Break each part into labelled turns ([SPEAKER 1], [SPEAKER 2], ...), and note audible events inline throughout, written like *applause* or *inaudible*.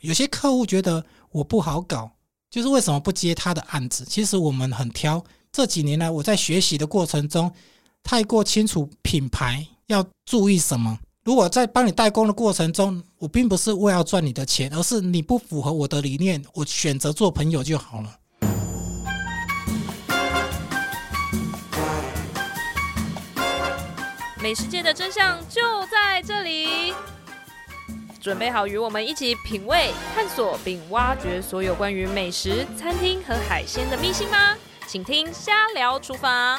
[SPEAKER 1] 有些客户觉得我不好搞，就是为什么不接他的案子？其实我们很挑。这几年来，我在学习的过程中，太过清楚品牌要注意什么。如果在帮你代工的过程中，我并不是为要赚你的钱，而是你不符合我的理念，我选择做朋友就好了。
[SPEAKER 2] 美食界的真相就在这里。准备好与我们一起品味、探索并挖掘所有关于美食、餐厅和海鲜的秘辛吗？请听《瞎聊厨房》。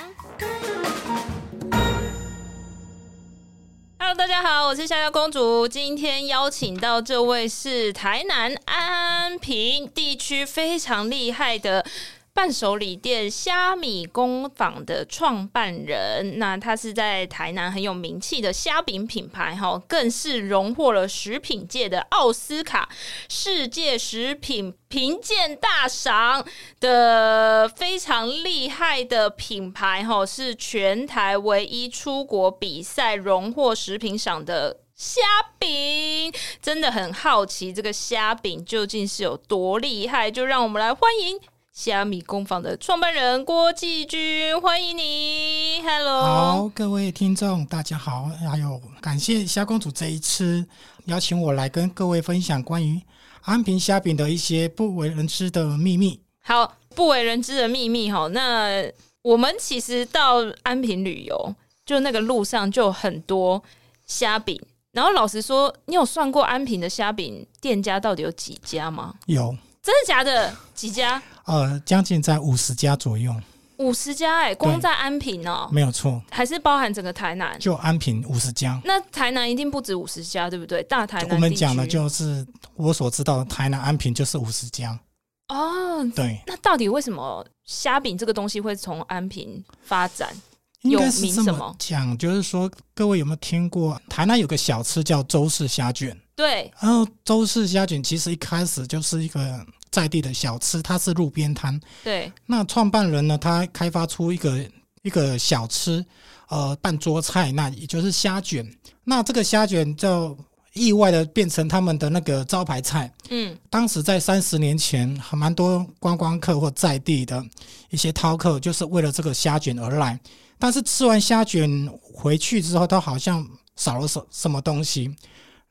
[SPEAKER 2] Hello，大家好，我是香蕉公主。今天邀请到这位是台南安平地区非常厉害的伴手礼店虾米工坊的创办人。那他是在台南很有名气的虾饼品牌，哈，更是荣获了食品界的奥斯卡世界食品评鉴大赏的非常厉害的品牌，哈，是全台唯一出国比赛荣获食品赏的。虾饼真的很好奇，这个虾饼究竟是有多厉害？就让我们来欢迎虾米工坊的创办人郭继军，欢迎你，Hello。
[SPEAKER 1] 好，各位听众，大家好，哎还有感谢虾公主这一次邀请我来跟各位分享关于安平虾饼的一些不为人知的秘密。
[SPEAKER 2] 好，不为人知的秘密哈。那我们其实到安平旅游，就那个路上就有很多虾饼。然后老实说，你有算过安平的虾饼店家到底有几家吗？
[SPEAKER 1] 有
[SPEAKER 2] 真的假的？几家？
[SPEAKER 1] 呃，将近在五十家左右，
[SPEAKER 2] 五十家哎、光在安平哦、
[SPEAKER 1] 没有错，
[SPEAKER 2] 还是包含整个台南？
[SPEAKER 1] 就安平五十家。
[SPEAKER 2] 那台南一定不止五十家，对不对？大台南
[SPEAKER 1] 我们
[SPEAKER 2] 地区
[SPEAKER 1] 讲的就是我所知道的台南安平就是五十家，
[SPEAKER 2] 哦，
[SPEAKER 1] 对，
[SPEAKER 2] 那到底为什么虾饼这个东西会从安平发展？
[SPEAKER 1] 应
[SPEAKER 2] 有
[SPEAKER 1] 该是
[SPEAKER 2] 名
[SPEAKER 1] 这
[SPEAKER 2] 什
[SPEAKER 1] 么
[SPEAKER 2] 么
[SPEAKER 1] 讲，就是说各位有没有听过台南有个小吃叫周氏虾卷？
[SPEAKER 2] 对，
[SPEAKER 1] 然后周氏虾卷其实一开始就是一个在地的小吃，它是路边摊。
[SPEAKER 2] 对，
[SPEAKER 1] 那创办人呢，他开发出一个一个小吃，呃，半桌菜，那也就是虾卷。那这个虾卷就意外的变成他们的那个招牌菜。
[SPEAKER 2] 嗯，
[SPEAKER 1] 当时在三十年前，还蛮多观光客或在地的一些饕客，就是为了这个虾卷而来。但是吃完虾卷回去之后，他好像少了什什么东西。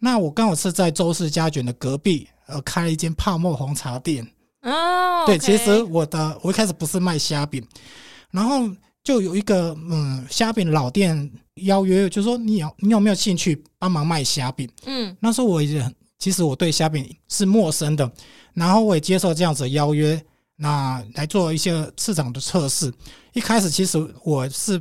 [SPEAKER 1] 那我刚好是在周氏虾卷的隔壁，呃，开了一间泡沫红茶店。
[SPEAKER 2] 哦，
[SPEAKER 1] 对
[SPEAKER 2] OK
[SPEAKER 1] 其实我的我一开始不是卖虾饼，然后就有一个嗯虾饼老店邀约，就说你有你有没有兴趣帮忙卖虾饼？
[SPEAKER 2] 嗯
[SPEAKER 1] 那时候我也很其实我对虾饼是陌生的，然后我也接受这样子的邀约，那来做一些市场的测试。一开始其实我是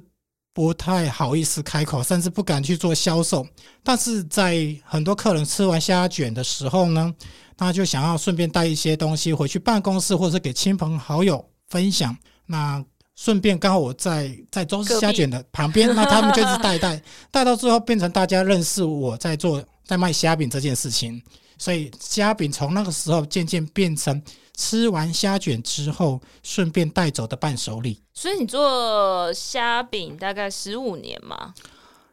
[SPEAKER 1] 不太好意思开口，甚至不敢去做销售。但是在很多客人吃完虾卷的时候呢，那就想要顺便带一些东西回去办公室，或者是给亲朋好友分享。那顺便刚好我在在周氏虾卷的旁边，那他们就是带一带带到最后变成大家认识我在做在卖虾饼这件事情，所以虾饼从那个时候渐渐变成吃完虾卷之后顺便带走的伴手礼。
[SPEAKER 2] 所以你做虾饼大概十五年嘛？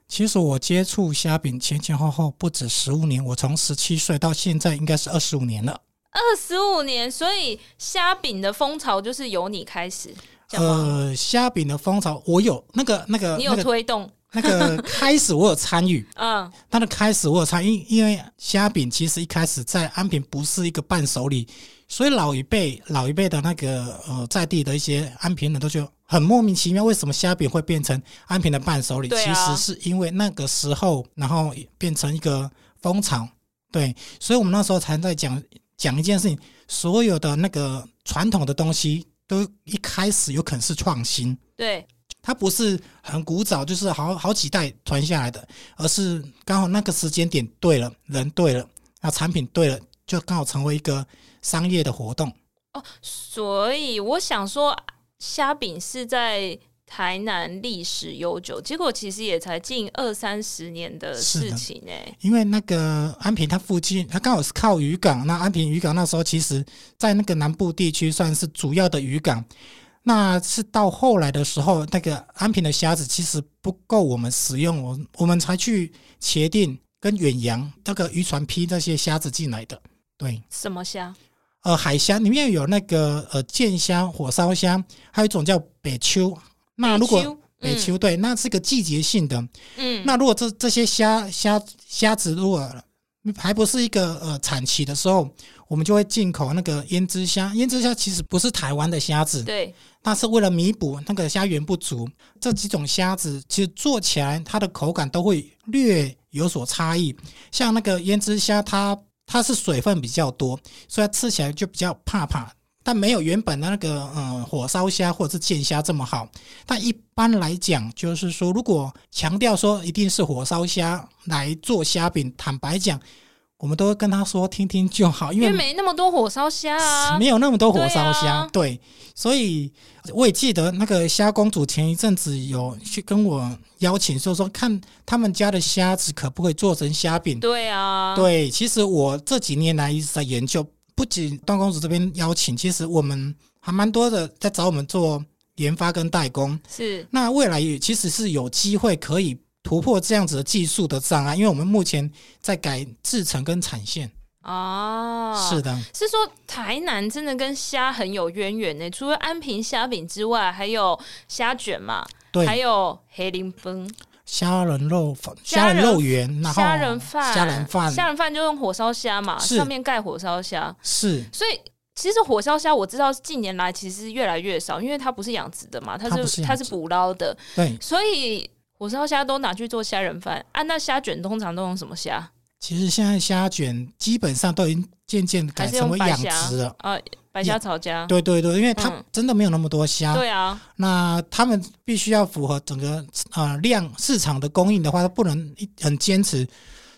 [SPEAKER 1] 其实我接触虾饼前前后后不止十五年，我从十七岁到现在应该是二十五年了。
[SPEAKER 2] 二十五年，所以虾饼的风潮就是由你开始，这样吗？
[SPEAKER 1] 呃，虾饼的风潮我有那个那个
[SPEAKER 2] 你
[SPEAKER 1] 呃那
[SPEAKER 2] 有
[SPEAKER 1] 个
[SPEAKER 2] 推动，
[SPEAKER 1] 那个开始我有参与，
[SPEAKER 2] 嗯，
[SPEAKER 1] 它的开始我有参与，因为虾饼其实一开始在安平不是一个伴手礼，所以老一辈老一辈的那个呃在地的一些安平人都觉得很莫名其妙，为什么虾饼会变成安平的伴手礼？
[SPEAKER 2] 对
[SPEAKER 1] 其
[SPEAKER 2] 啊
[SPEAKER 1] 实是因为那个时候，然后变成一个风潮，对，所以我们那时候才在讲讲一件事情，所有的那个传统的东西都一开始有可能是创新，
[SPEAKER 2] 对，
[SPEAKER 1] 它不是很古早，就是好好几代传下来的，而是刚好那个时间点对了，人对了，那产品对了，就刚好成为一个商业的活动。
[SPEAKER 2] 所以我想说，虾饼是在台南历史悠久，结果其实也才近二三十年的
[SPEAKER 1] 是
[SPEAKER 2] 事
[SPEAKER 1] 的
[SPEAKER 2] 情哎、
[SPEAKER 1] 因为那个安平它附近，它刚好是靠渔港。那安平渔港那时候其实，在那个南部地区算是主要的渔港。那是到后来的时候，那个安平的虾子其实不够我们食用，我我们才去茄定跟远洋那个渔船批那些虾子进来的。对，
[SPEAKER 2] 什么虾？
[SPEAKER 1] 呃，海虾里面有那个呃剑虾、火烧虾，还有一种叫北秋。那如果
[SPEAKER 2] 北
[SPEAKER 1] 北
[SPEAKER 2] 秋，
[SPEAKER 1] 秋对，那是个季节性的。
[SPEAKER 2] 嗯，嗯
[SPEAKER 1] 那如果这这些虾虾虾子如果还不是一个呃产期的时候，我们就会进口那个胭脂虾。胭脂虾其实不是台湾的虾子，
[SPEAKER 2] 对，
[SPEAKER 1] 那是为了弥补那个虾源不足。这几种虾子其实做起来它的口感都会略有所差异。像那个胭脂虾，它它是水分比较多，所以它吃起来就比较怕怕，但没有原本的那个嗯火烧虾或者是剑虾这么好。但一般来讲，就是说如果强调说一定是火烧虾来做虾饼，坦白讲，我们都会跟他说听听就好，因
[SPEAKER 2] 因为
[SPEAKER 1] 为
[SPEAKER 2] 没那么多火烧虾啊，
[SPEAKER 1] 没有那么多火烧
[SPEAKER 2] 对
[SPEAKER 1] 虾，
[SPEAKER 2] 啊
[SPEAKER 1] 对，所以我也记得那个虾公主前一阵子有去跟我邀请，说说看他们家的虾子可不可以做成虾饼。
[SPEAKER 2] 对啊，，
[SPEAKER 1] 对，其实我这几年来一直在研究，不仅段公主这边邀请，其实我们还蛮多的在找我们做研发跟代工。
[SPEAKER 2] 是，
[SPEAKER 1] 那未来也其实是有机会可以突破这样子的技术的障碍，因为我们目前在改制成跟产线。
[SPEAKER 2] 啊，
[SPEAKER 1] 是的，
[SPEAKER 2] 是说台南真的跟虾很有渊源呢，除了安平虾饼之外，还有虾卷嘛，
[SPEAKER 1] 对。
[SPEAKER 2] 还有黑林崩、
[SPEAKER 1] 虾仁肉饭、
[SPEAKER 2] 虾
[SPEAKER 1] 虾
[SPEAKER 2] 仁
[SPEAKER 1] 仁肉圆，然后
[SPEAKER 2] 虾仁饭、
[SPEAKER 1] 虾仁饭
[SPEAKER 2] 虾仁饭就用火烧虾嘛，
[SPEAKER 1] 是
[SPEAKER 2] 上面盖火烧虾，
[SPEAKER 1] 是
[SPEAKER 2] 所以。其实火烧虾我知道近年来其实越来越少，因为它不是养殖的嘛，它
[SPEAKER 1] 它不
[SPEAKER 2] 是
[SPEAKER 1] 是
[SPEAKER 2] 它
[SPEAKER 1] 养
[SPEAKER 2] 是
[SPEAKER 1] 殖
[SPEAKER 2] 捕捞的，
[SPEAKER 1] 对。
[SPEAKER 2] 所以火烧虾都拿去做虾仁饭。啊，那虾卷通常都用什么虾？
[SPEAKER 1] 其实现在虾卷基本上都已经渐渐
[SPEAKER 2] 还
[SPEAKER 1] 改
[SPEAKER 2] 是
[SPEAKER 1] 成
[SPEAKER 2] 用
[SPEAKER 1] 为
[SPEAKER 2] 白
[SPEAKER 1] 养
[SPEAKER 2] 虾
[SPEAKER 1] 殖了。
[SPEAKER 2] 啊？白虾草虾？
[SPEAKER 1] 对对对，因为它
[SPEAKER 2] 嗯
[SPEAKER 1] 真的没有那么多虾，
[SPEAKER 2] 对啊，
[SPEAKER 1] 那他们必须要符合整个呃量市场的供应的话，它不能一很坚持，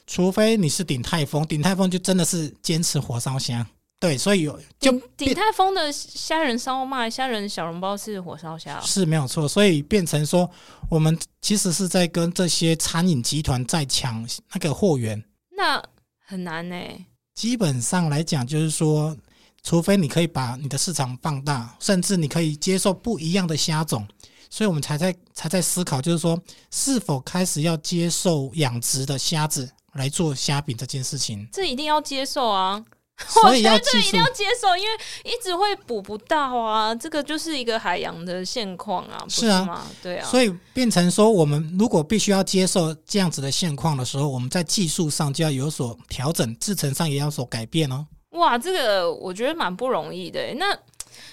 [SPEAKER 1] 除非你是鼎泰丰，鼎泰丰就真的是坚持火烧虾。对，所以有就
[SPEAKER 2] 鼎鼎泰丰的虾仁烧麦、虾仁小笼包是火烧虾哦，
[SPEAKER 1] 是没有错，所以变成说我们其实是在跟这些餐饮集团在抢那个货源。
[SPEAKER 2] 那很难欸呢、
[SPEAKER 1] 基本上来讲，就是说，除非你可以把你的市场放大，甚至你可以接受不一样的虾种，所以我们才在才在思考，就是说，是否开始要接受养殖的虾子来做虾饼这件事情。
[SPEAKER 2] 这一定要接
[SPEAKER 1] *laughs*
[SPEAKER 2] 受啊！
[SPEAKER 1] 所以
[SPEAKER 2] 我觉
[SPEAKER 1] 要
[SPEAKER 2] 得这
[SPEAKER 1] 技
[SPEAKER 2] 一
[SPEAKER 1] 术
[SPEAKER 2] 定，要接受，因为一直会捕不到啊，这个就是一个海洋的现况啊，不
[SPEAKER 1] 是啊
[SPEAKER 2] 吗？对啊，
[SPEAKER 1] 所以变成说，我们如果必须要接受这样子的现况的时候，我们在技术上就要有所调整，制程上也要有所改变哦。
[SPEAKER 2] 哇，这个我觉得蛮不容易的欸。那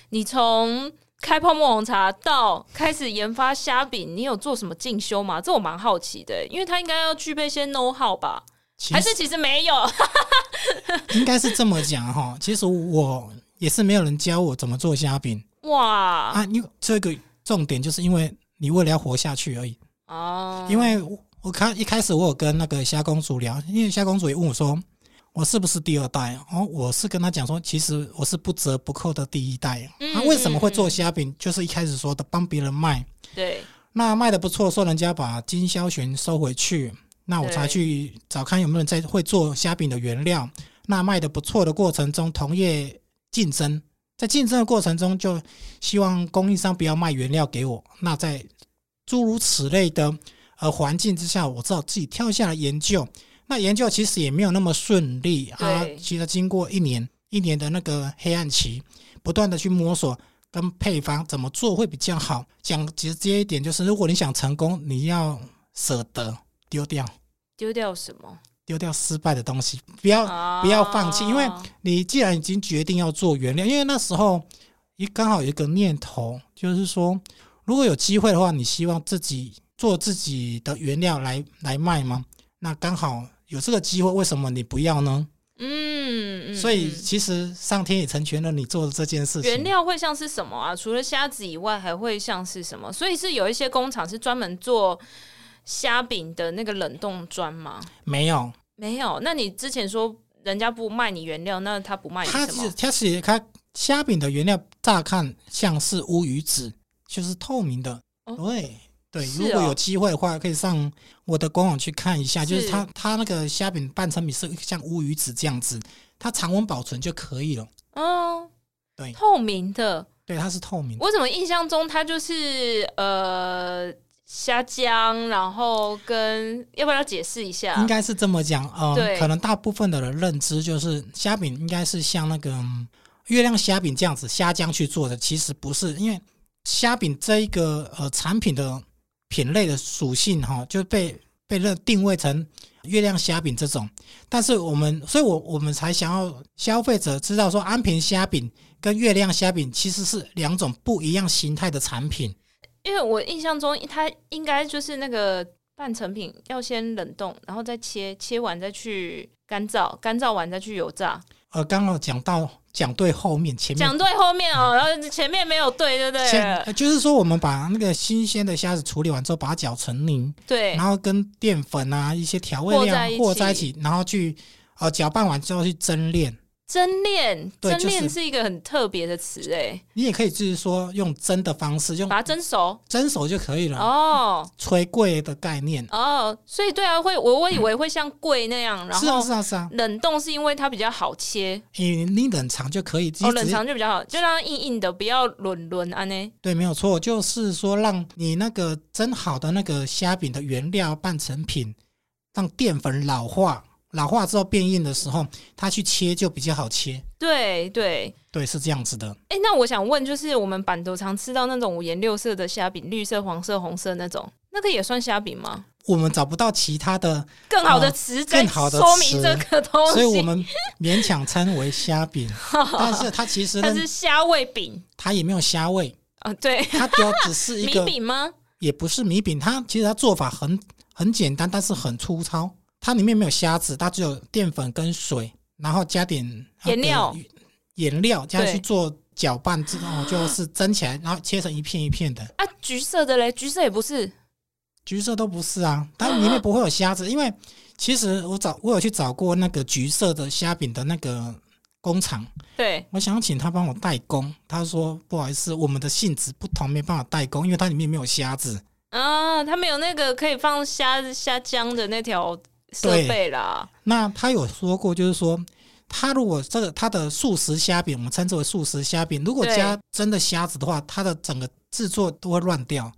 [SPEAKER 2] 你从开泡沫红茶到开始研发虾饼，你有做什么进修吗？这我蛮好奇的欸，因为它应该要具备一些 know how 吧？
[SPEAKER 1] 其
[SPEAKER 2] 还
[SPEAKER 1] 实
[SPEAKER 2] 是其实没有？ *laughs*
[SPEAKER 1] 应该是这么讲哈、其实我也是没有人教我怎么做虾饼。
[SPEAKER 2] 哇
[SPEAKER 1] 啊，因为这个重点就是因为你为了要活下去而已。
[SPEAKER 2] 哦，
[SPEAKER 1] 因为我我看一开始我有跟那个虾公主聊，因为虾公主也问我说，我是不是第二代？哦，我是跟她讲说，其实我是不折不扣的第一代。
[SPEAKER 2] 嗯
[SPEAKER 1] 啊、为什么会做虾饼？就是一开始说的帮别人卖，
[SPEAKER 2] 对
[SPEAKER 1] 那卖的不错，说人家把经销权收回去，那我才
[SPEAKER 2] 对
[SPEAKER 1] 去找看有没有人在会做虾饼的原料。那卖的不错的过程中，同业竞争，在竞争的过程中，就希望供应商不要卖原料给我。那在诸如此类的呃环境之下，我只好自己跳下来研究。那研究其实也没有那么顺利啊
[SPEAKER 2] 对，
[SPEAKER 1] 其实经过一年一年的那个黑暗期，不断的去摸索，跟配方怎么做会比较好。讲直接一点，就是如果你想成功，你要舍得丢掉
[SPEAKER 2] 丢掉什么？
[SPEAKER 1] 丢掉失败的东西，不要
[SPEAKER 2] 啊
[SPEAKER 1] 不要放弃因为你既然已经决定要做原料，因为那时候也刚好有一个念头，就是说如果有机会的话，你希望自己做自己的原料来来卖吗？那刚好有这个机会，为什么你不要呢？
[SPEAKER 2] 嗯，嗯
[SPEAKER 1] 所以
[SPEAKER 2] 嗯
[SPEAKER 1] 其实上天也成全了你做的这件事情。
[SPEAKER 2] 原料会像是什么啊？除了虾子以外，还会像是什么？所以是有一些工厂是专门做虾饼的那个冷冻砖吗？
[SPEAKER 1] 没有，
[SPEAKER 2] 没有。那你之前说人家不卖你原料，那他不卖你
[SPEAKER 1] 它
[SPEAKER 2] 什
[SPEAKER 1] 其实
[SPEAKER 2] 么？
[SPEAKER 1] 它其实它虾饼的原料乍看像是乌鱼子，就是透明的。
[SPEAKER 2] 哦
[SPEAKER 1] 对对，
[SPEAKER 2] 是哦
[SPEAKER 1] 如果有机会的话，可以上我的官网去看一下，
[SPEAKER 2] 是
[SPEAKER 1] 就是它它那个虾饼半成品是像乌鱼子这样子，它常温保存就可以了。
[SPEAKER 2] 嗯，
[SPEAKER 1] 对
[SPEAKER 2] 透明的。
[SPEAKER 1] 对，它是透明的。
[SPEAKER 2] 我怎么印象中它就是呃虾浆，然后跟要不要解释一下？
[SPEAKER 1] 应该是这么讲，呃
[SPEAKER 2] 对，
[SPEAKER 1] 可能大部分的人认知就是虾饼应该是像那个嗯月亮虾饼这样子虾浆去做的，其实不是，因为虾饼这一个呃产品的品类的属性哈、就被被认定位成月亮虾饼这种，但是我们，所以我我们才想要消费者知道说安平虾饼跟月亮虾饼其实是两种不一样形态的产品。
[SPEAKER 2] 因为我印象中它应该就是那个半成品要先冷冻，然后再切，切完再去干燥，干燥完再去油炸。
[SPEAKER 1] 呃，刚刚讲到讲对后面前面
[SPEAKER 2] 讲对后面哦，然后前面没有对，对不
[SPEAKER 1] 先
[SPEAKER 2] 对？
[SPEAKER 1] 呃就是说，我们把那个新鲜的虾子处理完之后，把它搅成泥，
[SPEAKER 2] 对
[SPEAKER 1] 然，后跟淀粉啊一些调味
[SPEAKER 2] 和在一
[SPEAKER 1] 料
[SPEAKER 2] 起
[SPEAKER 1] 和在一起，然后去呃搅拌完之后去蒸炼。
[SPEAKER 2] 蒸炼，
[SPEAKER 1] 对
[SPEAKER 2] 蒸
[SPEAKER 1] 就是
[SPEAKER 2] 炼是一个很特别的词哎，
[SPEAKER 1] 你也可以就是说用蒸的方式，用嗯
[SPEAKER 2] 把它蒸熟
[SPEAKER 1] 蒸熟就可以了，
[SPEAKER 2] 哦
[SPEAKER 1] 炊柜的概念。
[SPEAKER 2] 哦，所以对啊，会我我以为会像桂那样，然
[SPEAKER 1] 是啊
[SPEAKER 2] 后
[SPEAKER 1] 是啊是啊，
[SPEAKER 2] 冷冻是因为它比较好切，
[SPEAKER 1] 你你冷藏就可以，
[SPEAKER 2] 哦，
[SPEAKER 1] 你只
[SPEAKER 2] 冷
[SPEAKER 1] 是
[SPEAKER 2] 藏就比较好，就让它硬硬的，不要软软啊呢。
[SPEAKER 1] 对，没有错，就是说让你那个蒸好的那个虾饼的原料半成品，让淀粉老化，老化之后变硬的时候，它去切就比较好切。
[SPEAKER 2] 对对，
[SPEAKER 1] 对，是这样子的。
[SPEAKER 2] 哎、那我想问，就是我们板头常吃到那种五颜六色的虾饼，绿色、黄色、红色那种，那个也算虾饼吗？
[SPEAKER 1] 我们找不到其他的，
[SPEAKER 2] 更好的词在
[SPEAKER 1] 哦更好的
[SPEAKER 2] 说明
[SPEAKER 1] 词
[SPEAKER 2] 这个东西，
[SPEAKER 1] 所以我们勉强称为虾
[SPEAKER 2] *laughs*
[SPEAKER 1] 饼，但是它其实呢
[SPEAKER 2] 它，是虾味饼
[SPEAKER 1] 它也没有虾味，
[SPEAKER 2] 啊，对，
[SPEAKER 1] 它主要只是一
[SPEAKER 2] *laughs* 米
[SPEAKER 1] 个，
[SPEAKER 2] 饼吗？
[SPEAKER 1] 也不是米饼。它其实它做法很很简单，但是很粗糙。它里面没有虾子，它只有淀粉跟水，然后加点它的
[SPEAKER 2] 颜料
[SPEAKER 1] 颜料这样
[SPEAKER 2] 对
[SPEAKER 1] 去做搅拌之后，就是蒸起来，然后切成一片一片的。
[SPEAKER 2] 啊，橘色的嘞，橘色也不是
[SPEAKER 1] 橘色都不是啊，但里面不会有虾子，因为其实我找我有去找过那个橘色的虾饼的那个工厂，
[SPEAKER 2] 对
[SPEAKER 1] 我想请他帮我代工，他说不好意思，我们的性质不同，没办法代工，因为它里面没有虾子。
[SPEAKER 2] 啊，它没有那个可以放虾虾浆的那条设
[SPEAKER 1] 对
[SPEAKER 2] 备啦。
[SPEAKER 1] 那他有说过，就是说他如果这个他的素食虾饼，我们称之为素食虾饼，如果
[SPEAKER 2] 对
[SPEAKER 1] 加真的虾子的话，它的整个制作都会乱掉，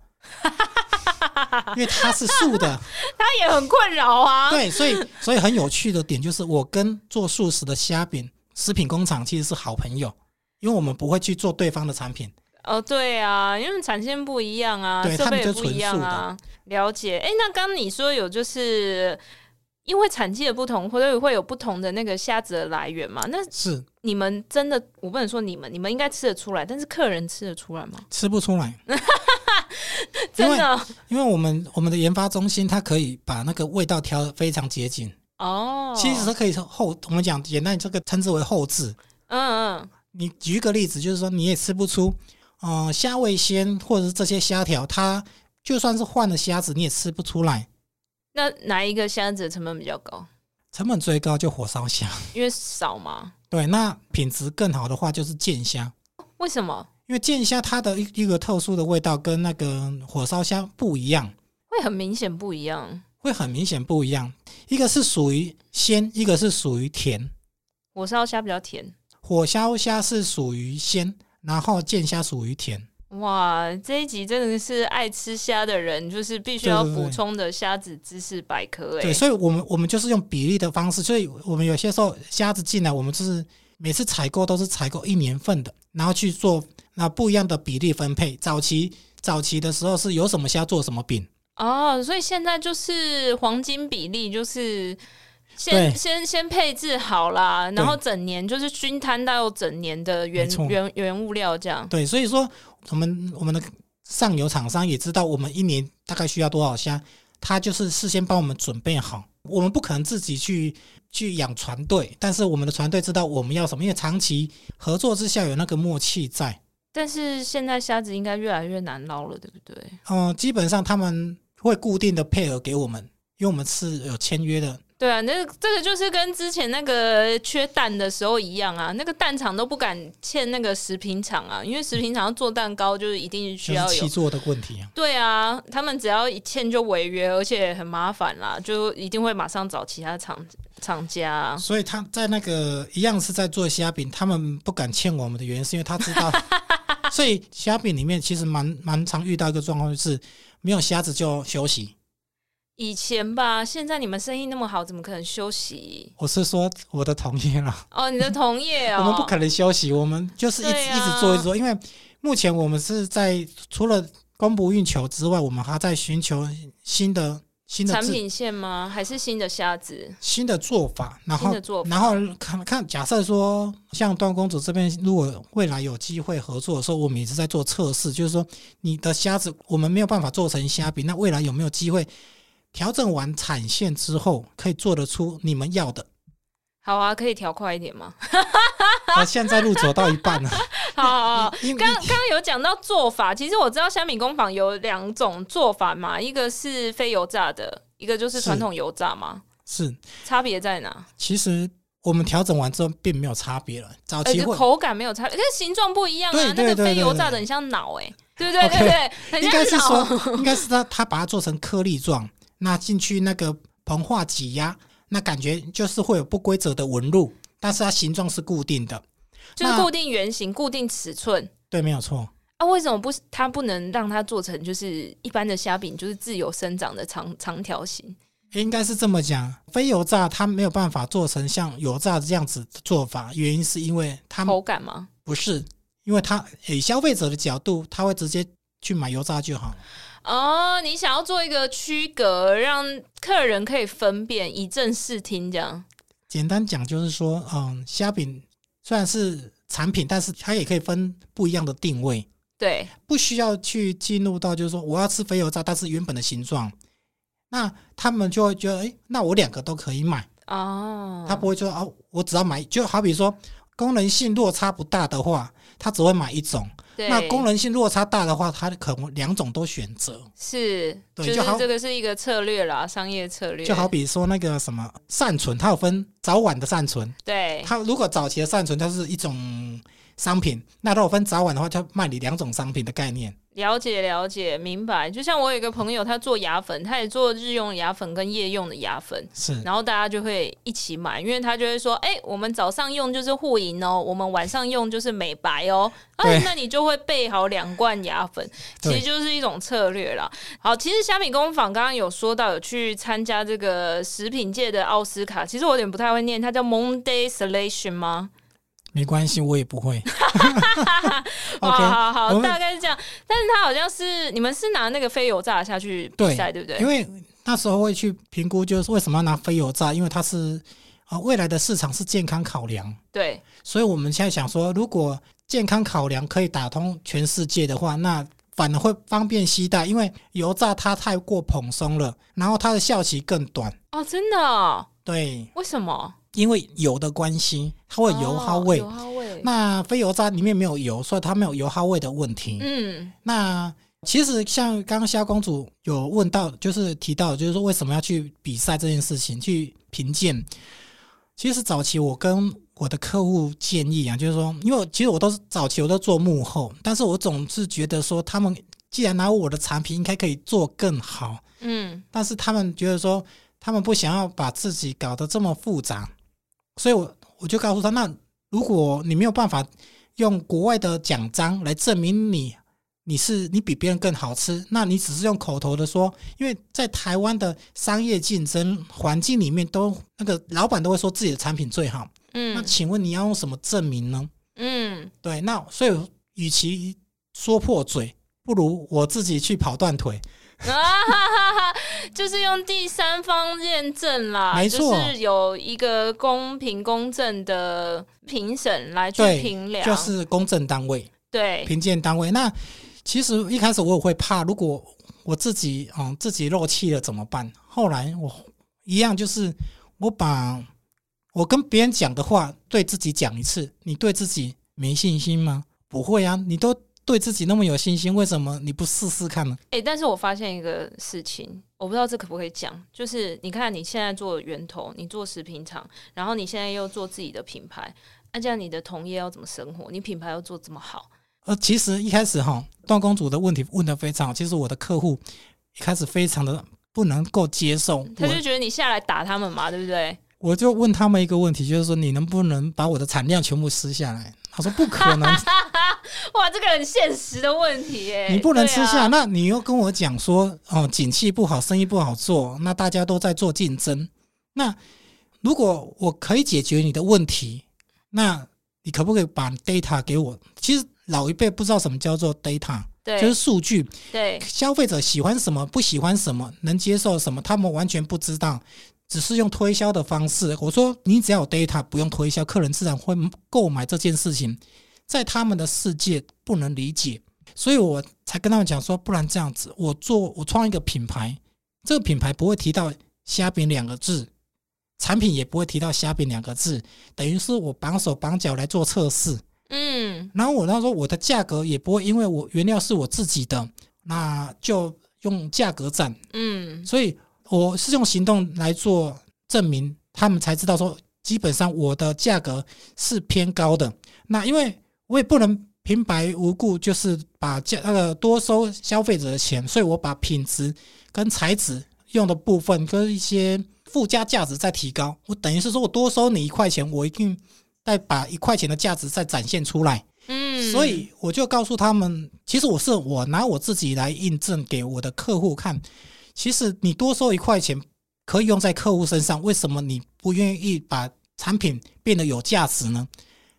[SPEAKER 1] 因为它是素的。
[SPEAKER 2] 它也很困扰啊。
[SPEAKER 1] 对，所以所以很有趣的点就是，我跟做素食的虾饼食品工厂其实是好朋友，因为我们不会去做对方的产品。
[SPEAKER 2] 哦，对啊，因为产线不一样啊，
[SPEAKER 1] 对
[SPEAKER 2] 设
[SPEAKER 1] 他
[SPEAKER 2] 备
[SPEAKER 1] 们
[SPEAKER 2] 也
[SPEAKER 1] 就
[SPEAKER 2] 不一样啊。了解，哎，那刚刚你说有就是。因为产季的不同，所以会有不同的那个虾子的来源嘛？那
[SPEAKER 1] 是
[SPEAKER 2] 你们真的，我不能说你们，你们应该吃得出来，但是客人吃得出来吗？
[SPEAKER 1] 吃不出来，因
[SPEAKER 2] *laughs* 真
[SPEAKER 1] 为
[SPEAKER 2] 的
[SPEAKER 1] 因为我们我们的研发中心它可以把那个味道调得非常接近， *laughs*
[SPEAKER 2] 哦，
[SPEAKER 1] 其实是可以说后我们讲简单这个称之为后置。
[SPEAKER 2] 嗯嗯，
[SPEAKER 1] 你举一个例子，就是说你也吃不出，呃，虾味鲜或者是这些虾条，它就算是换了虾子，你也吃不出来。
[SPEAKER 2] 那哪一个虾子的成本比较高？
[SPEAKER 1] 成本最高就火烧虾，
[SPEAKER 2] 因为少嘛？
[SPEAKER 1] 对，那品质更好的话就是剑虾。
[SPEAKER 2] 为什么
[SPEAKER 1] 因为剑虾它的一一个特殊的味道跟那个火烧虾不一样，
[SPEAKER 2] 会很明显不一样？
[SPEAKER 1] 会很明显不一样。一个是属于鲜，一个是属于甜。
[SPEAKER 2] 火烧虾比较甜，
[SPEAKER 1] 火烧虾是属于鲜，然后剑虾属于甜。
[SPEAKER 2] 哇！这一集真的是爱吃虾的人，就是必须要
[SPEAKER 1] 对对对
[SPEAKER 2] 补充的虾子知识百科、欸。
[SPEAKER 1] 对，所以我们我们就是用比例的方式，所以我们有些时候虾子进来，我们就是每次采购都是采购一年份的，然后去做那不一样的比例分配。早期早期的时候是有什么虾做什么饼，
[SPEAKER 2] 哦，所以现在就是黄金比例，就是先
[SPEAKER 1] 对
[SPEAKER 2] 先先配置好啦，然
[SPEAKER 1] 对
[SPEAKER 2] 后整年就是均摊到整年的原
[SPEAKER 1] 没错
[SPEAKER 2] 原原物料这样。
[SPEAKER 1] 对，所以说我们我们的上游厂商也知道我们一年大概需要多少虾，他就是事先帮我们准备好。我们不可能自己去去养船队，但是我们的船队知道我们要什么，因为长期合作之下有那个默契在。
[SPEAKER 2] 但是现在虾子应该越来越难捞了，对不对？
[SPEAKER 1] 嗯、基本上他们会固定的配额给我们，因为我们是有签约的。
[SPEAKER 2] 对啊，那这个就是跟之前那个缺蛋的时候一样啊，那个蛋厂都不敢欠那个食品厂啊，因为食品厂要做蛋糕，就是一定需
[SPEAKER 1] 就是
[SPEAKER 2] 要有
[SPEAKER 1] 气。做的问题啊，
[SPEAKER 2] 对啊，他们只要一欠就违约，而且很麻烦啦，就一定会马上找其他厂厂家啊、
[SPEAKER 1] 所以他在那个一样是在做虾饼，他们不敢欠我们
[SPEAKER 2] *laughs*
[SPEAKER 1] 的原因是因为他知道，所以虾饼里面其实蛮蛮常遇到一个状况，就是没有虾子就休息。
[SPEAKER 2] 以前吧，现在你们生意那么好，怎么可能休息？
[SPEAKER 1] 我是说我的同业啦，
[SPEAKER 2] 哦，你的同业哦，
[SPEAKER 1] 我们不可能休息，我们就是一直、
[SPEAKER 2] 对啊
[SPEAKER 1] 一直做一直做，因为目前我们是在除了供不应求之外，我们还在寻求新的新的
[SPEAKER 2] 产
[SPEAKER 1] 制
[SPEAKER 2] 品线吗？还是新的虾子？
[SPEAKER 1] 新的做法，然
[SPEAKER 2] 新
[SPEAKER 1] 后
[SPEAKER 2] 的做法
[SPEAKER 1] 然后看看，假设说像段公主这边，如果未来有机会合作的时候，我们也是在做测试，就是说你的虾子我们没有办法做成虾饼，那未来有没有机会调整完产线之后，可以做得出你们要
[SPEAKER 2] *laughs*
[SPEAKER 1] 的？
[SPEAKER 2] 好啊，可以调快一点
[SPEAKER 1] *laughs*
[SPEAKER 2] 吗？
[SPEAKER 1] 啊，现在路走到一半
[SPEAKER 2] *laughs*
[SPEAKER 1] 了，
[SPEAKER 2] 好好好，
[SPEAKER 1] 因为
[SPEAKER 2] 刚刚刚有讲到做法，其实我知道虾米工坊有两种做法嘛，一个是非油炸的，一个就是传统油炸嘛，
[SPEAKER 1] 是
[SPEAKER 2] 差别在哪？
[SPEAKER 1] 其实我们调整完之后并没有差别了，早
[SPEAKER 2] 呃
[SPEAKER 1] 期，会
[SPEAKER 2] 口感没有差，可是形状不一样
[SPEAKER 1] 哦对
[SPEAKER 2] 啊。
[SPEAKER 1] 对
[SPEAKER 2] 那个
[SPEAKER 1] 对
[SPEAKER 2] 非
[SPEAKER 1] 对
[SPEAKER 2] 油
[SPEAKER 1] 对
[SPEAKER 2] 炸的很像脑，哎，对对对
[SPEAKER 1] OK，
[SPEAKER 2] 对，很
[SPEAKER 1] 应该是
[SPEAKER 2] 像脑。
[SPEAKER 1] 说，应该是他他把它做成颗粒状，那进去那个膨化挤压，那感觉就是会有不规则的纹路，但是它形状是固定的。
[SPEAKER 2] 就是
[SPEAKER 1] 那
[SPEAKER 2] 固定圆形、固定尺寸。
[SPEAKER 1] 对，没有错。
[SPEAKER 2] 啊，为什么不？它不能让它做成就是一般的虾饼，就是自由生长的长长条形。
[SPEAKER 1] 应该是这么讲，非油炸它没有办法做成像油炸这样子的做法，原因是因为它
[SPEAKER 2] 口感吗？
[SPEAKER 1] 不是，因为它以消费者的角度，他会直接去买油炸就好了。
[SPEAKER 2] 哦，你想要做一个区隔，让客人可以分辨，以正视听这样。
[SPEAKER 1] 简单讲就是说，嗯，虾饼虽然是产品，但是它也可以分不一样的定位。
[SPEAKER 2] 对，
[SPEAKER 1] 不需要去进入到就是说我要吃肥油炸，但是原本的形状，那他们就会觉得，诶，那我两个都可以买，
[SPEAKER 2] 哦，
[SPEAKER 1] 他不会说哦，我只要买，就好比说功能性落差不大的话，他只会买一种；
[SPEAKER 2] 对
[SPEAKER 1] 那功能性落差大的话，他可能两种都选择。
[SPEAKER 2] 是，就
[SPEAKER 1] 对
[SPEAKER 2] 是
[SPEAKER 1] 就好
[SPEAKER 2] 这个是一个策略啦，商业策略。
[SPEAKER 1] 就好比说那个什么善存，它有分早晚的善存，
[SPEAKER 2] 对，
[SPEAKER 1] 它如果早期的善存它是一种商品，那如果分早晚的话，它卖你两种商品的概念。
[SPEAKER 2] 了解了解，明白。就像我有一个朋友，他做牙粉，他也做日用牙粉跟夜用的牙粉。
[SPEAKER 1] 是
[SPEAKER 2] 然后大家就会一起买，因为他就会说：“哎、我们早上用就是护龈哦，我们晚上用就是美白哦。”
[SPEAKER 1] 对
[SPEAKER 2] 哎，那你就会备好两罐牙粉，其
[SPEAKER 1] 对
[SPEAKER 2] 实就是一种策略啦。好，其实虾米工坊刚刚有说到有去参加这个食品界的奥斯卡，其实我有点不太会念，它叫 Monday Selection 吗？
[SPEAKER 1] 没关系，我也不会。
[SPEAKER 2] 好
[SPEAKER 1] OK，
[SPEAKER 2] 好
[SPEAKER 1] 我
[SPEAKER 2] 好，
[SPEAKER 1] 们
[SPEAKER 2] 大概是这样。但是它好像是你们是拿那个非油炸下去比
[SPEAKER 1] 对
[SPEAKER 2] 赛，对不对？
[SPEAKER 1] 因为那时候会去评估，就是为什么要拿非油炸，因为它是啊、呃未来的市场是健康考量，
[SPEAKER 2] 对，
[SPEAKER 1] 所以我们现在想说，如果健康考量可以打通全世界的话，那反而会方便携带，因为油炸它太过蓬松了，然后它的效期更短，
[SPEAKER 2] 哦，真的哦、
[SPEAKER 1] 对，
[SPEAKER 2] 为什么？
[SPEAKER 1] 因为油的关系，它会有油耗
[SPEAKER 2] 哦
[SPEAKER 1] 味。
[SPEAKER 2] 油耗味。
[SPEAKER 1] 那非油炸里面没有油，所以它没有油耗味的问题。
[SPEAKER 2] 嗯，
[SPEAKER 1] 那其实像刚刚萧公主有问到，就是提到，就是说为什么要去比赛这件事情，去评鉴。其实早期我跟我的客户建议啊，就是说，因为我其实我都是早期我都做幕后，但是我总是觉得说，他们既然拿我的产品，应该可以做更好。
[SPEAKER 2] 嗯，
[SPEAKER 1] 但是他们觉得说，他们不想要把自己搞得这么复杂，所以我我就告诉他，那如果你没有办法用国外的奖章来证明你你是你比别人更好吃，那你只是用口头的说，因为在台湾的商业竞争环境里面都，那个老板都会说自己的产品最好，那
[SPEAKER 2] 嗯
[SPEAKER 1] 请问你要用什么证明呢？
[SPEAKER 2] 嗯，
[SPEAKER 1] 对，那所以与其说破嘴，不如我自己去跑断腿。
[SPEAKER 2] 啊哈哈哈，就是用第三方认证啦，
[SPEAKER 1] 没错
[SPEAKER 2] 就是有一个公平公正的评审来去
[SPEAKER 1] 对
[SPEAKER 2] 评量，
[SPEAKER 1] 就是公证单位。
[SPEAKER 2] 对
[SPEAKER 1] 评鉴单位。那其实一开始我也会怕，如果我自己嗯自己漏气了怎么办？后来我一样就是我把我跟别人讲的话对自己讲一次，你对自己没信心吗？不会啊，你都对自己那么有信心，为什么你不试试看呢？
[SPEAKER 2] 哎、但是我发现一个事情，我不知道这可不可以讲，就是你看你现在做源头，你做食品厂，然后你现在又做自己的品牌，那、这样你的同业要怎么生活？你品牌要做这么好，
[SPEAKER 1] 呃，其实一开始哈，段公主的问题问得非常好。其实我的客户一开始非常的不能够接受，
[SPEAKER 2] 他就
[SPEAKER 1] 我
[SPEAKER 2] 觉得你下来打他们嘛，对不对？
[SPEAKER 1] 我就问他
[SPEAKER 2] *laughs*
[SPEAKER 1] 们一个问题，就是说你能不能把我的产量全部撕下来？他说不可能，
[SPEAKER 2] 哇，这个很现实的问题耶、
[SPEAKER 1] 你不能
[SPEAKER 2] 对
[SPEAKER 1] 吃下，
[SPEAKER 2] 啊
[SPEAKER 1] 那你又跟我讲说哦，景气不好，生意不好做，那大家都在做竞争。那如果我可以解决你的问题，那你可不可以把 data 给我？其实老一辈不知道什么叫做 data，
[SPEAKER 2] 对，
[SPEAKER 1] 就是数据。
[SPEAKER 2] 对
[SPEAKER 1] 消费者喜欢什么，不喜欢什么，能接受什么，他们完全不知道，只是用推销的方式。我说你只要有 data，不用推销，客人自然会购买这件事情，在他们的世界不能理解，所以我才跟他们讲说，不然这样子，我做我创一个品牌，这个品牌不会提到虾饼两个字。产品也不会提到虾饼两个字，等于是我绑手绑脚来做测试。
[SPEAKER 2] 嗯，
[SPEAKER 1] 然后我那时候我的价格也不会，因为我原料是我自己的，那就用价格战。
[SPEAKER 2] 嗯，
[SPEAKER 1] 所以我是用行动来做证明，他们才知道说，基本上我的价格是偏高的。那因为我也不能平白无故就是把价那个多收消费者的钱，所以我把品质跟材质用的部分跟一些附加价值再提高。我等于是说我多收你一块钱，我一定再把一块钱的价值再展现出来。
[SPEAKER 2] 嗯，
[SPEAKER 1] 所以我就告诉他们，其实我是我拿我自己来印证给我的客户看，其实你多收一块钱可以用在客户身上，为什么你不愿意把产品变得有价值呢？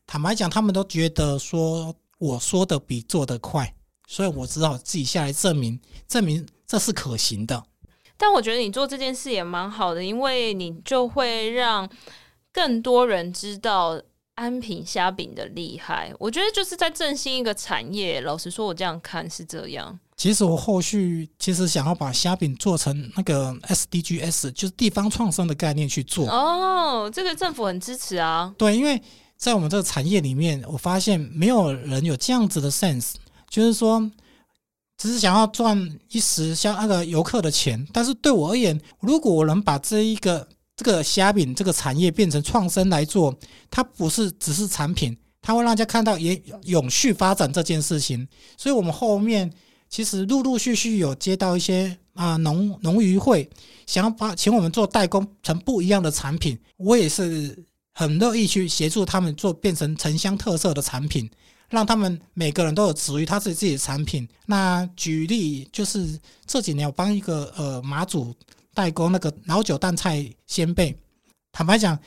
[SPEAKER 1] 坦白讲，他们都觉得说我说的比做的快，所以我只好自己下来证明，证明这是可行的。
[SPEAKER 2] 但我觉得你做这件事也蛮好的，因为你就会让更多人知道安平虾饼的厉害。我觉得就是在振兴一个产业。老实说，我这样看是这样。
[SPEAKER 1] 其实我后续其实想要把虾饼做成那个 SDGs，就是地方创生的概念去做。
[SPEAKER 2] 哦，这个政府很支持啊。
[SPEAKER 1] 对，因为在我们这个产业里面，我发现没有人有这样子的 sense，就是说，只是想要赚一时像那个游客的钱。但是对我而言，如果我能把这一个这个虾饼这个产业变成创生来做，它不是只是产品，它会让人家看到也永续发展这件事情。所以我们后面其实陆陆续续有接到一些啊农农渔会想要把请我们做代工成不一样的产品，我也是很乐意去协助他们做变成城乡特色的产品，让他们每个人都有属于他自己自己的产品。那举例就是这几年我帮一个呃马祖代工那个老酒淡菜鲜贝，坦白讲，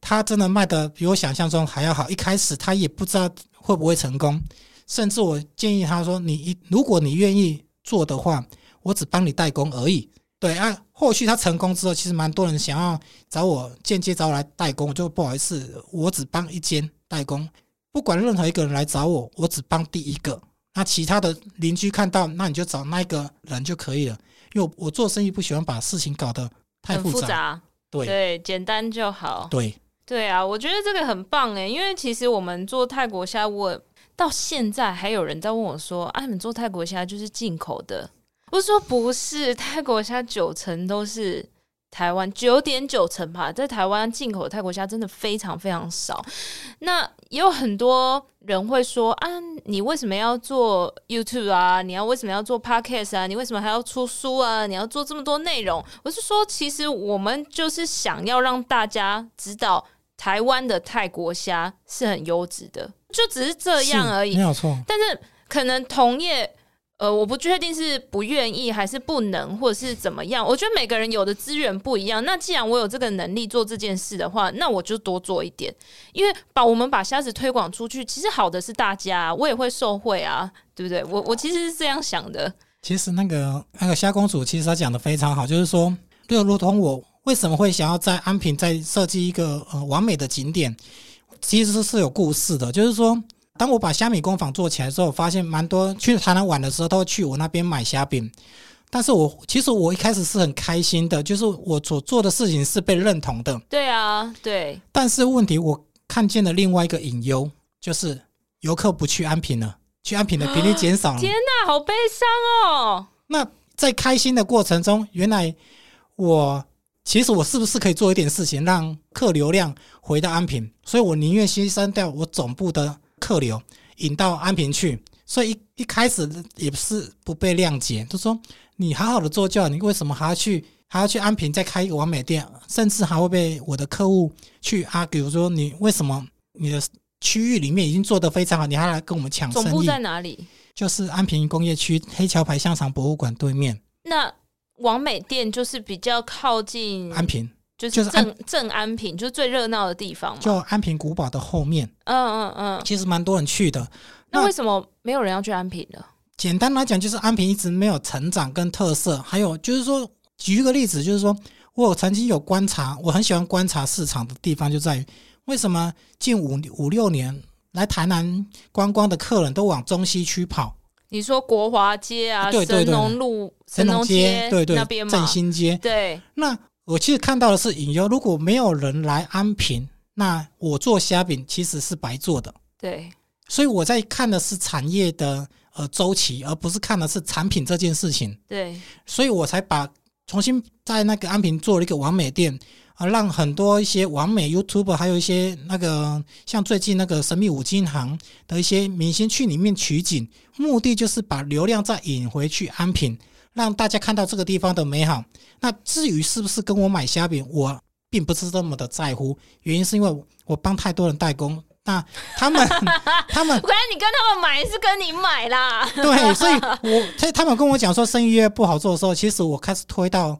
[SPEAKER 1] 他真的卖的比我想象中还要好。一开始他也不知道会不会成功，甚至我建议他说：“你一如果你愿意做的话，我只帮你代工而已。”对啊，后续他成功之后，其实蛮多人想要找我间接找我来代工，我就不好意思，我只帮一间代工，不管任何一个人来找我，我只帮第一个。那其他的邻居看到，那你就找那一个人就可以了。因为我我做生意不喜欢把事情搞得太
[SPEAKER 2] 很
[SPEAKER 1] 复
[SPEAKER 2] 复
[SPEAKER 1] 杂，
[SPEAKER 2] 杂，
[SPEAKER 1] 对
[SPEAKER 2] 对，简单就好。
[SPEAKER 1] 对，
[SPEAKER 2] 对啊，我觉得这个很棒哎，因为其实我们做泰国虾，我到现在还有人在问我说：“啊，你们做泰国虾就是进口的？”我说：“不是，泰国虾九成都是台湾，九点九成吧，在台湾进口的泰国虾真的非常非常少。那也有很多人会说：啊，你为什么要做 YouTube 啊？你要为什么要做 Podcast 啊？你为什么还要出书啊？你要做这么多内容？”我是说，其实我们就是想要让大家知道。台湾的泰国虾是很优质的，就只是这样而已
[SPEAKER 1] 是。没有错。
[SPEAKER 2] 但是可能同业，呃，我不确定是不愿意还是不能，或者是怎么样。我觉得每个人有的资源不一样。那既然我有这个能力做这件事的话，那我就多做一点，因为把我们把虾子推广出去，其实好的是大家啊、我也会受惠啊，对不对？我我其实是这样想的，
[SPEAKER 1] 其实那个那个虾公主，其实她讲的非常好，就是说，就如同我为什么会想要在安平再设计一个呃完美的景点，其实是有故事的。就是说，当我把虾米工坊做起来之后，发现蛮多去台南玩的时候，都会去我那边买虾饼。但是我其实我一开始是很开心的，就是我所做的事情是被认同的。
[SPEAKER 2] 对啊，对，
[SPEAKER 1] 但是问题，我看见了另外一个隐忧，就是游客不去安平了，去安平的频率减少了。
[SPEAKER 2] 天那好悲伤哦，
[SPEAKER 1] 那在开心的过程中，原来我其实我是不是可以做一点事情，让客流量回到安平？所以我宁愿牺牲掉我总部的客流，引到安平去。所以一一开始也是不被谅解，就说你好好的做就好，你为什么还要去还要去安平再开一个完美店？甚至还会被我的客户去 argue 说你为什么你的区域里面已经做得非常好，你还来跟我们抢
[SPEAKER 2] 总
[SPEAKER 1] 生
[SPEAKER 2] 部
[SPEAKER 1] 意？
[SPEAKER 2] 在哪里？
[SPEAKER 1] 就是安平工业区黑桥牌香肠博物馆对面，
[SPEAKER 2] 那王美店就是比较靠近
[SPEAKER 1] 安，平
[SPEAKER 2] 就是
[SPEAKER 1] 就是安
[SPEAKER 2] 正正安平，就是最热闹的地方嘛。
[SPEAKER 1] 就安平古堡的后面，
[SPEAKER 2] 嗯嗯嗯。
[SPEAKER 1] 其实蛮多人去的。
[SPEAKER 2] 那
[SPEAKER 1] 那
[SPEAKER 2] 为什么没有人要去安平呢？
[SPEAKER 1] 简单来讲，就是安平一直没有成长跟特色。还有就是说，举一个例子，就是说我有曾经有观察，我很喜欢观察市场的地方就在于，为什么近五五六年来台南观光的客人都往中西区跑，
[SPEAKER 2] 你说国华街啊，
[SPEAKER 1] 对对对
[SPEAKER 2] 神农路、
[SPEAKER 1] 神农
[SPEAKER 2] 街
[SPEAKER 1] 对对
[SPEAKER 2] 那边，嘛
[SPEAKER 1] 振，兴街。
[SPEAKER 2] 对，
[SPEAKER 1] 那我其实看到的是隐忧，如果没有人来安平，那我做虾饼其实是白做的。
[SPEAKER 2] 对，
[SPEAKER 1] 所以我在看的是产业的呃周期，而不是看的是产品这件事情。
[SPEAKER 2] 对， *laughs*
[SPEAKER 1] 所以我才把重新在那个安平做了一个完美店，啊，让很多一些完美 YouTube，还有一些那个像最近那个神秘五金行的一些明星去里面取景，目的就是把流量再引回去安平，让大家看到这个地方的美好。那至于是不是跟我买虾饼，我并不是这么的在乎，原因是因为我帮太多人代工。那他们，他们
[SPEAKER 2] 我感觉你跟他们买是跟你买啦，
[SPEAKER 1] *laughs* 对，所以我他他们跟我讲说生意越不好做的时候，其实我开始推到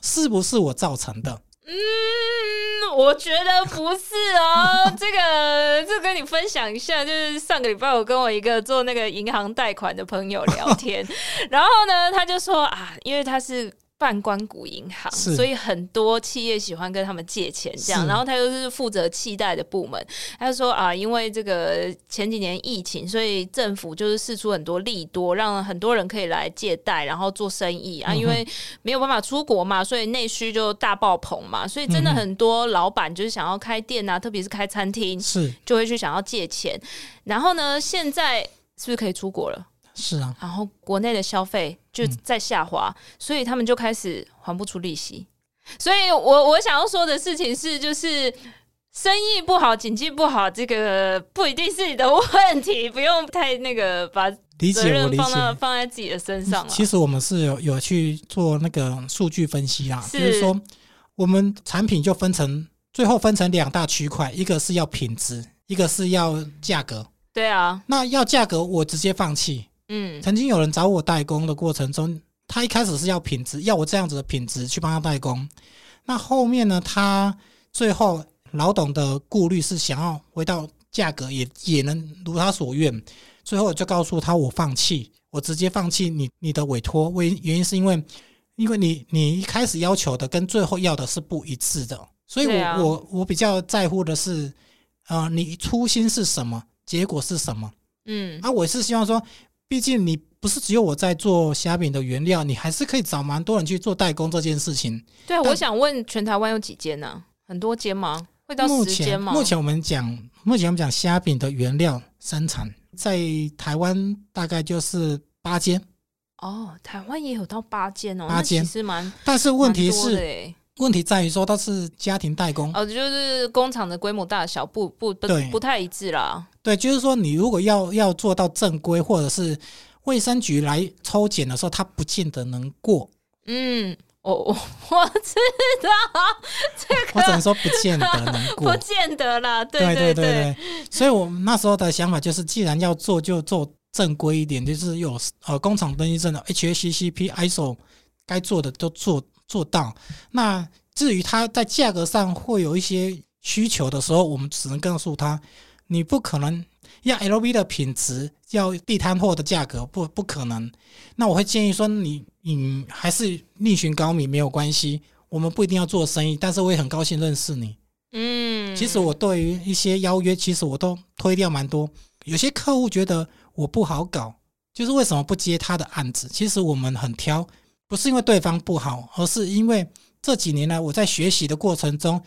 [SPEAKER 1] 是不是我造成的？
[SPEAKER 2] 嗯，我觉得不是
[SPEAKER 1] *laughs*
[SPEAKER 2] 哦。这个，这跟你分享一下，就是上个礼拜我跟我一个做那个银行贷款的朋友聊
[SPEAKER 1] *laughs*
[SPEAKER 2] 天，然后呢，他就说啊，因为他是。半关谷银行，
[SPEAKER 1] 是
[SPEAKER 2] 所以很多企业喜欢跟他们借钱，这样。
[SPEAKER 1] 是
[SPEAKER 2] 然后他又是负责契贷的部门，他就说啊，因为这个前几年疫情，所以政府就是试出很多利多，让很多人可以来借贷，然后做生意啊。因
[SPEAKER 1] 嗯
[SPEAKER 2] 为没有办法出国嘛，所以内需就大爆棚嘛，所以真的
[SPEAKER 1] 嗯哼
[SPEAKER 2] 很多老板就是想要开店啊，特别是开餐厅，
[SPEAKER 1] 是
[SPEAKER 2] 就会去想要借钱。然后呢，现在是不是可以出国了？
[SPEAKER 1] 是啊，
[SPEAKER 2] 然后国内的消费就在下滑，所以他们就开始还不出利息。所以我我想要说的事情是，就是生意不好、经济不好，这个不一定是你的问题，不用太那个把
[SPEAKER 1] 理
[SPEAKER 2] 责
[SPEAKER 1] 解我
[SPEAKER 2] 任
[SPEAKER 1] 理
[SPEAKER 2] 放到
[SPEAKER 1] 解。
[SPEAKER 2] 放在自己的身上啊了。
[SPEAKER 1] 其实我们是有有去做那个数据分析啊，
[SPEAKER 2] 是
[SPEAKER 1] 就是说我们产品就分成最后分成两大区块，一个是要品质，一个是要价格。
[SPEAKER 2] 对啊，
[SPEAKER 1] 那要价格我直接放弃，
[SPEAKER 2] 嗯，
[SPEAKER 1] 曾经有人找我代工的过程中，他一开始是要品质，要我这样子的品质去帮他代工。那后面呢，他最后老董的顾虑是想要回到价格也也能如他所愿。最后我就告诉他，我放弃，我直接放弃你你的委托，为原因是因为因为你你一开始要求的跟最后要的是不一致的，所以我、
[SPEAKER 2] 对啊
[SPEAKER 1] 我我比较在乎的是，呃，你初心是什么，结果是什么。
[SPEAKER 2] 嗯，
[SPEAKER 1] 啊，我是希望说，毕竟你不是只有我在做虾饼的原料，你还是可以找蛮多人去做代工这件事情。
[SPEAKER 2] 对啊，
[SPEAKER 1] 但
[SPEAKER 2] 我想问全台湾有几间呢、很多间吗？会到
[SPEAKER 1] 目
[SPEAKER 2] 十间
[SPEAKER 1] 前
[SPEAKER 2] 吗？
[SPEAKER 1] 目前我们讲，目前我们讲虾饼的原料生产在台湾大概就是八间，
[SPEAKER 2] 哦，台湾也有到八间哦，
[SPEAKER 1] 八
[SPEAKER 2] 那其
[SPEAKER 1] 间
[SPEAKER 2] 实蛮
[SPEAKER 1] 但是问题
[SPEAKER 2] 蛮多的
[SPEAKER 1] 是，
[SPEAKER 2] 耶
[SPEAKER 1] 问题在于说它是家庭代工，
[SPEAKER 2] 哦，就是工厂的规模大小不不不
[SPEAKER 1] 对
[SPEAKER 2] 不太一致啦。
[SPEAKER 1] 对，就是说你如果要要做到正规或者是。卫生局来抽检的时候，它不见得能过，
[SPEAKER 2] 嗯，我我 *laughs* 我知道，
[SPEAKER 1] 我只能说不见得能过
[SPEAKER 2] *laughs* 不。见得啦。对
[SPEAKER 1] 对
[SPEAKER 2] 对
[SPEAKER 1] 对对，所以我们那时候的想法就是，既然要做，就做正规一点，就是有呃工厂登记证的 HACCP、ISO 该做的都做做到。那至于它在价格上会有一些需求的时候，我们只能告诉他，你不可能要 LV 的品质，要地摊货的价格，不不可能。那我会建议说你，你还是另寻高明没有关系，我们不一定要做生意，但是我也很高兴认识你。
[SPEAKER 2] 嗯，
[SPEAKER 1] 其实我对于一些邀约，其实我都推掉蛮多。有些客户觉得我不好搞，就是为什么不接他的案子？其实我们很挑，不是因为对方不好，而是因为这几年来我在学习的过程中，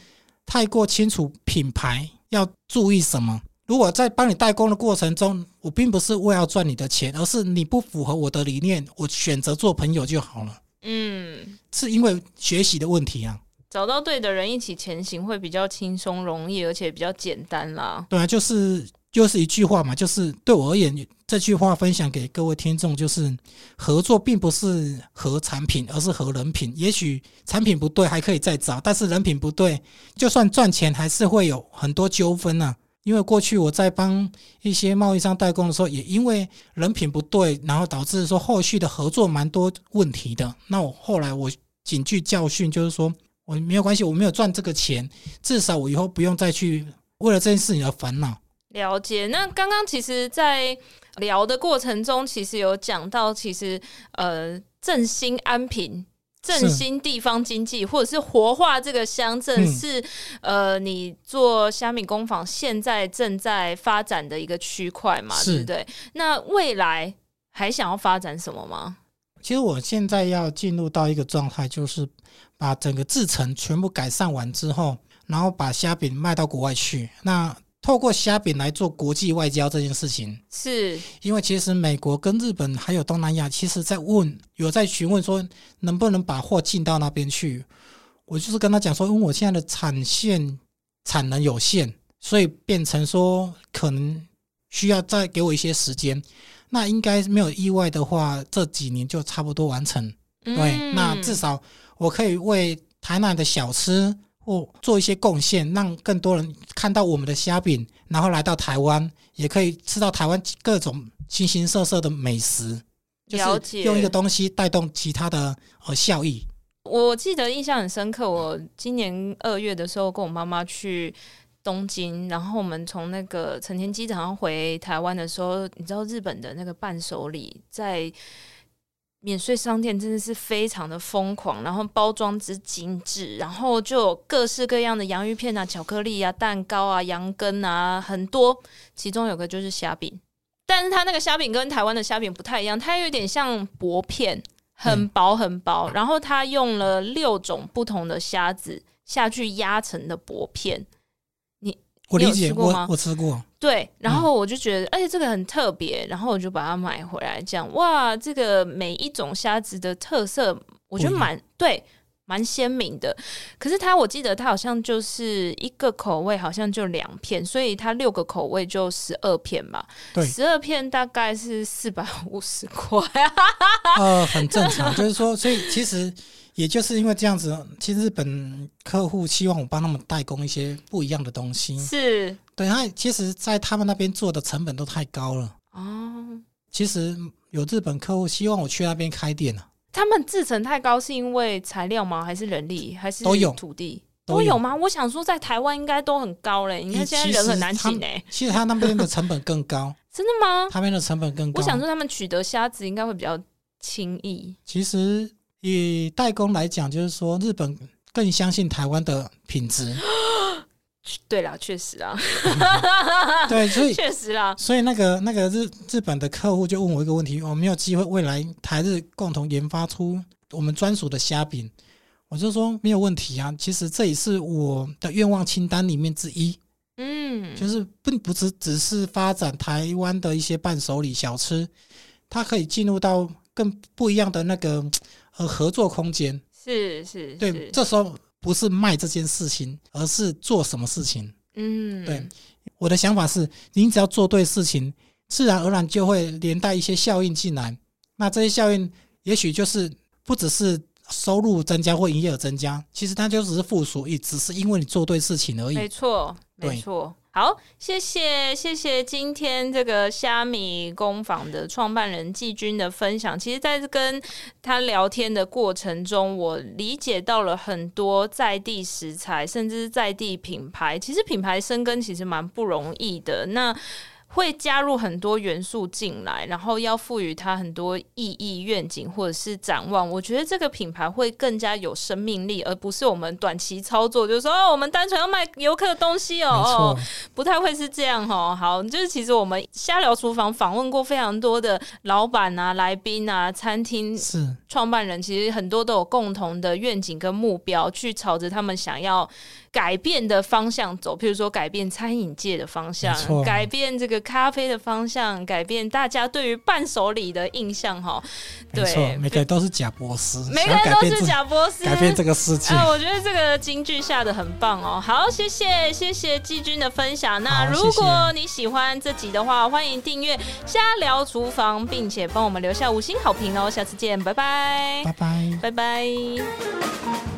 [SPEAKER 1] 太过清楚品牌要注意什么。如果在帮你代工的过程中，我并不是为了赚你的钱，而是你不符合我的理念，我选择做朋友就好了。
[SPEAKER 2] 嗯，
[SPEAKER 1] 是因为学习的问题啊，
[SPEAKER 2] 找到对的人一起前行会比较轻松容易，而且比较简单啦。
[SPEAKER 1] 对啊，就是就是一句话嘛，就是对我而言，这句话分享给各位听众，就是合作并不是合产品，而是合人品。也许产品不对还可以再找，但是人品不对，就算赚钱还是会有很多纠纷啊。因为过去我在帮一些贸易商代工的时候，也因为人品不对，然后导致说后续的合作蛮多问题的。那我后来我谨记教训，就是说我没有关系，我没有赚这个钱，至少我以后不用再去为了这件事情而烦恼。
[SPEAKER 2] 了解。那刚刚其实，在聊的过程中，其实有讲到，其实呃，振兴安平。振兴地方经济，或者是活化这个乡镇，
[SPEAKER 1] 嗯
[SPEAKER 2] 是呃，你做虾米工坊现在正在发展的一个区块嘛，
[SPEAKER 1] 是
[SPEAKER 2] 对不对？那未来还想要发展什么吗？
[SPEAKER 1] 其实我现在要进入到一个状态，就是把整个制程全部改善完之后，然后把虾饼卖到国外去。那透过虾饼来做国际外交这件事情，
[SPEAKER 2] 是
[SPEAKER 1] 因为其实美国跟日本还有东南亚，其实在问有在询问说能不能把货进到那边去。我就是跟他讲说，因为我现在的产线产能有限，所以变成说可能需要再给我一些时间。那应该没有意外的话，这几年就差不多完成。对，
[SPEAKER 2] 嗯
[SPEAKER 1] 那至少我可以为台南的小吃或做一些贡献，让更多人看到我们的虾饼，然后来到台湾，也可以吃到台湾各种形形色色的美食，就
[SPEAKER 2] 了
[SPEAKER 1] 是
[SPEAKER 2] 解
[SPEAKER 1] 用一个东西带动其他的呃效益。
[SPEAKER 2] 我记得印象很深刻，我今年二月的时候跟我妈妈去东京，然后我们从那个成田机场回台湾的时候，你知道日本的那个伴手礼在。免税商店真的是非常的疯狂，然后包装之精致，然后就有各式各样的洋芋片啊、巧克力啊、蛋糕啊、羊羹啊，很多。其中有个就是虾饼，但是它那个虾饼跟台湾的虾饼不太一样，它有点像薄片，
[SPEAKER 1] 嗯
[SPEAKER 2] 很薄很薄，然后它用了六种不同的虾子下去压成的薄片。
[SPEAKER 1] 我
[SPEAKER 2] 你有
[SPEAKER 1] 理解，
[SPEAKER 2] 吃过吗
[SPEAKER 1] 我我吃
[SPEAKER 2] *laughs*
[SPEAKER 1] 过，
[SPEAKER 2] 对，
[SPEAKER 1] 嗯
[SPEAKER 2] 然后我就觉得，哎、这个很特别，然后我就把它买回来，这样哇，这个每一种虾子的特色，我觉得
[SPEAKER 1] 不一样
[SPEAKER 2] 蛮对，蛮鲜明的。可是它，我记得它好像就是一个口味，好像就两片，所以它六个口味就十二片嘛，
[SPEAKER 1] 对
[SPEAKER 2] 十二片大概是四百五十块啊，
[SPEAKER 1] 呃，很正常。就是说，所以其实也就是因为这样子，其实日本客户希望我帮他们代工一些不一样的东西。
[SPEAKER 2] 是
[SPEAKER 1] 对，他其实，在他们那边做的成本都太高了。
[SPEAKER 2] 哦。
[SPEAKER 1] 其实有日本客户希望我去那边开店啊，
[SPEAKER 2] 他们制成太高是因为材料吗？还是人力？还是
[SPEAKER 1] 都有
[SPEAKER 2] 土地？
[SPEAKER 1] 都
[SPEAKER 2] 都
[SPEAKER 1] 有
[SPEAKER 2] 有吗？我想说，在台湾应该都很高嘞。你看现在人很难请欸嘞，
[SPEAKER 1] 其实他那边的成本更高，
[SPEAKER 2] *laughs* 真的吗？
[SPEAKER 1] 他们的成本更高。
[SPEAKER 2] 我想说，他们取得虾子应该会比较轻易。
[SPEAKER 1] 其实以代工来讲，就是说日本更相信台湾的品
[SPEAKER 2] *laughs*
[SPEAKER 1] 质，
[SPEAKER 2] 对啦，确实啊，
[SPEAKER 1] 对，所以
[SPEAKER 2] 确实啦，
[SPEAKER 1] 所以那个那个日日本的客户就问我一个问题：我们有机会未来台日共同研发出我们专属的虾饼？我就说没有问题啊，其实这也是我的愿望清单里面之一。
[SPEAKER 2] 嗯，
[SPEAKER 1] 就是并不只只是发展台湾的一些伴手礼小吃，它可以进入到更不一样的那个呃合作空间。
[SPEAKER 2] 是是
[SPEAKER 1] 对，
[SPEAKER 2] 是，
[SPEAKER 1] 这时候不是卖这件事情，而是做什么事情。
[SPEAKER 2] 嗯，
[SPEAKER 1] 对，我的想法是，您只要做对事情，自然而然就会连带一些效应进来。那这些效应，也许就是不只是收入增加或营业额增加，其实它就只是附属，也只是因为你做对事情而已。
[SPEAKER 2] 没错，没
[SPEAKER 1] 对
[SPEAKER 2] 错。好，谢谢谢谢今天这个虾米工坊的创办人季军的分享。其实，在跟他聊天的过程中，我理解到了很多在地食材，甚至是在地品牌。其实品牌生根其实蛮不容易的。那会加入很多元素进来，然后要赋予它很多意义、愿景或者是展望。我觉得这个品牌会更加有生命力，而不是我们短期操作，就是说哦，我们单纯要卖游客的东西哦，
[SPEAKER 1] 没错
[SPEAKER 2] 哦，不太会是这样哦。好，就是其实我们瞎聊厨房访问过非常多的老板啊、来宾啊、餐厅
[SPEAKER 1] 是。
[SPEAKER 2] 创办人其实很多都有共同的愿景跟目标，去朝着他们想要改变的方向走。譬如说，改变餐饮界的方向
[SPEAKER 1] 没，错
[SPEAKER 2] 改变这个咖啡的方向，改变大家对于伴手礼的印象哈。
[SPEAKER 1] 没错
[SPEAKER 2] 对，，
[SPEAKER 1] 每个人都是贾博士，
[SPEAKER 2] 每
[SPEAKER 1] 想
[SPEAKER 2] 个
[SPEAKER 1] 要
[SPEAKER 2] 人
[SPEAKER 1] 改
[SPEAKER 2] 都
[SPEAKER 1] 变
[SPEAKER 2] 是
[SPEAKER 1] 自
[SPEAKER 2] 贾博士，
[SPEAKER 1] 改变这个世界。
[SPEAKER 2] 啊，我觉得这个京剧下的很棒哦。好，谢谢谢谢季军的分享。那
[SPEAKER 1] 好
[SPEAKER 2] 如果
[SPEAKER 1] 谢
[SPEAKER 2] 你喜欢这集的话，欢迎订阅《瞎聊厨房》，并且帮我们留下五星好评哦。下次见，拜拜，
[SPEAKER 1] 拜拜。
[SPEAKER 2] 拜拜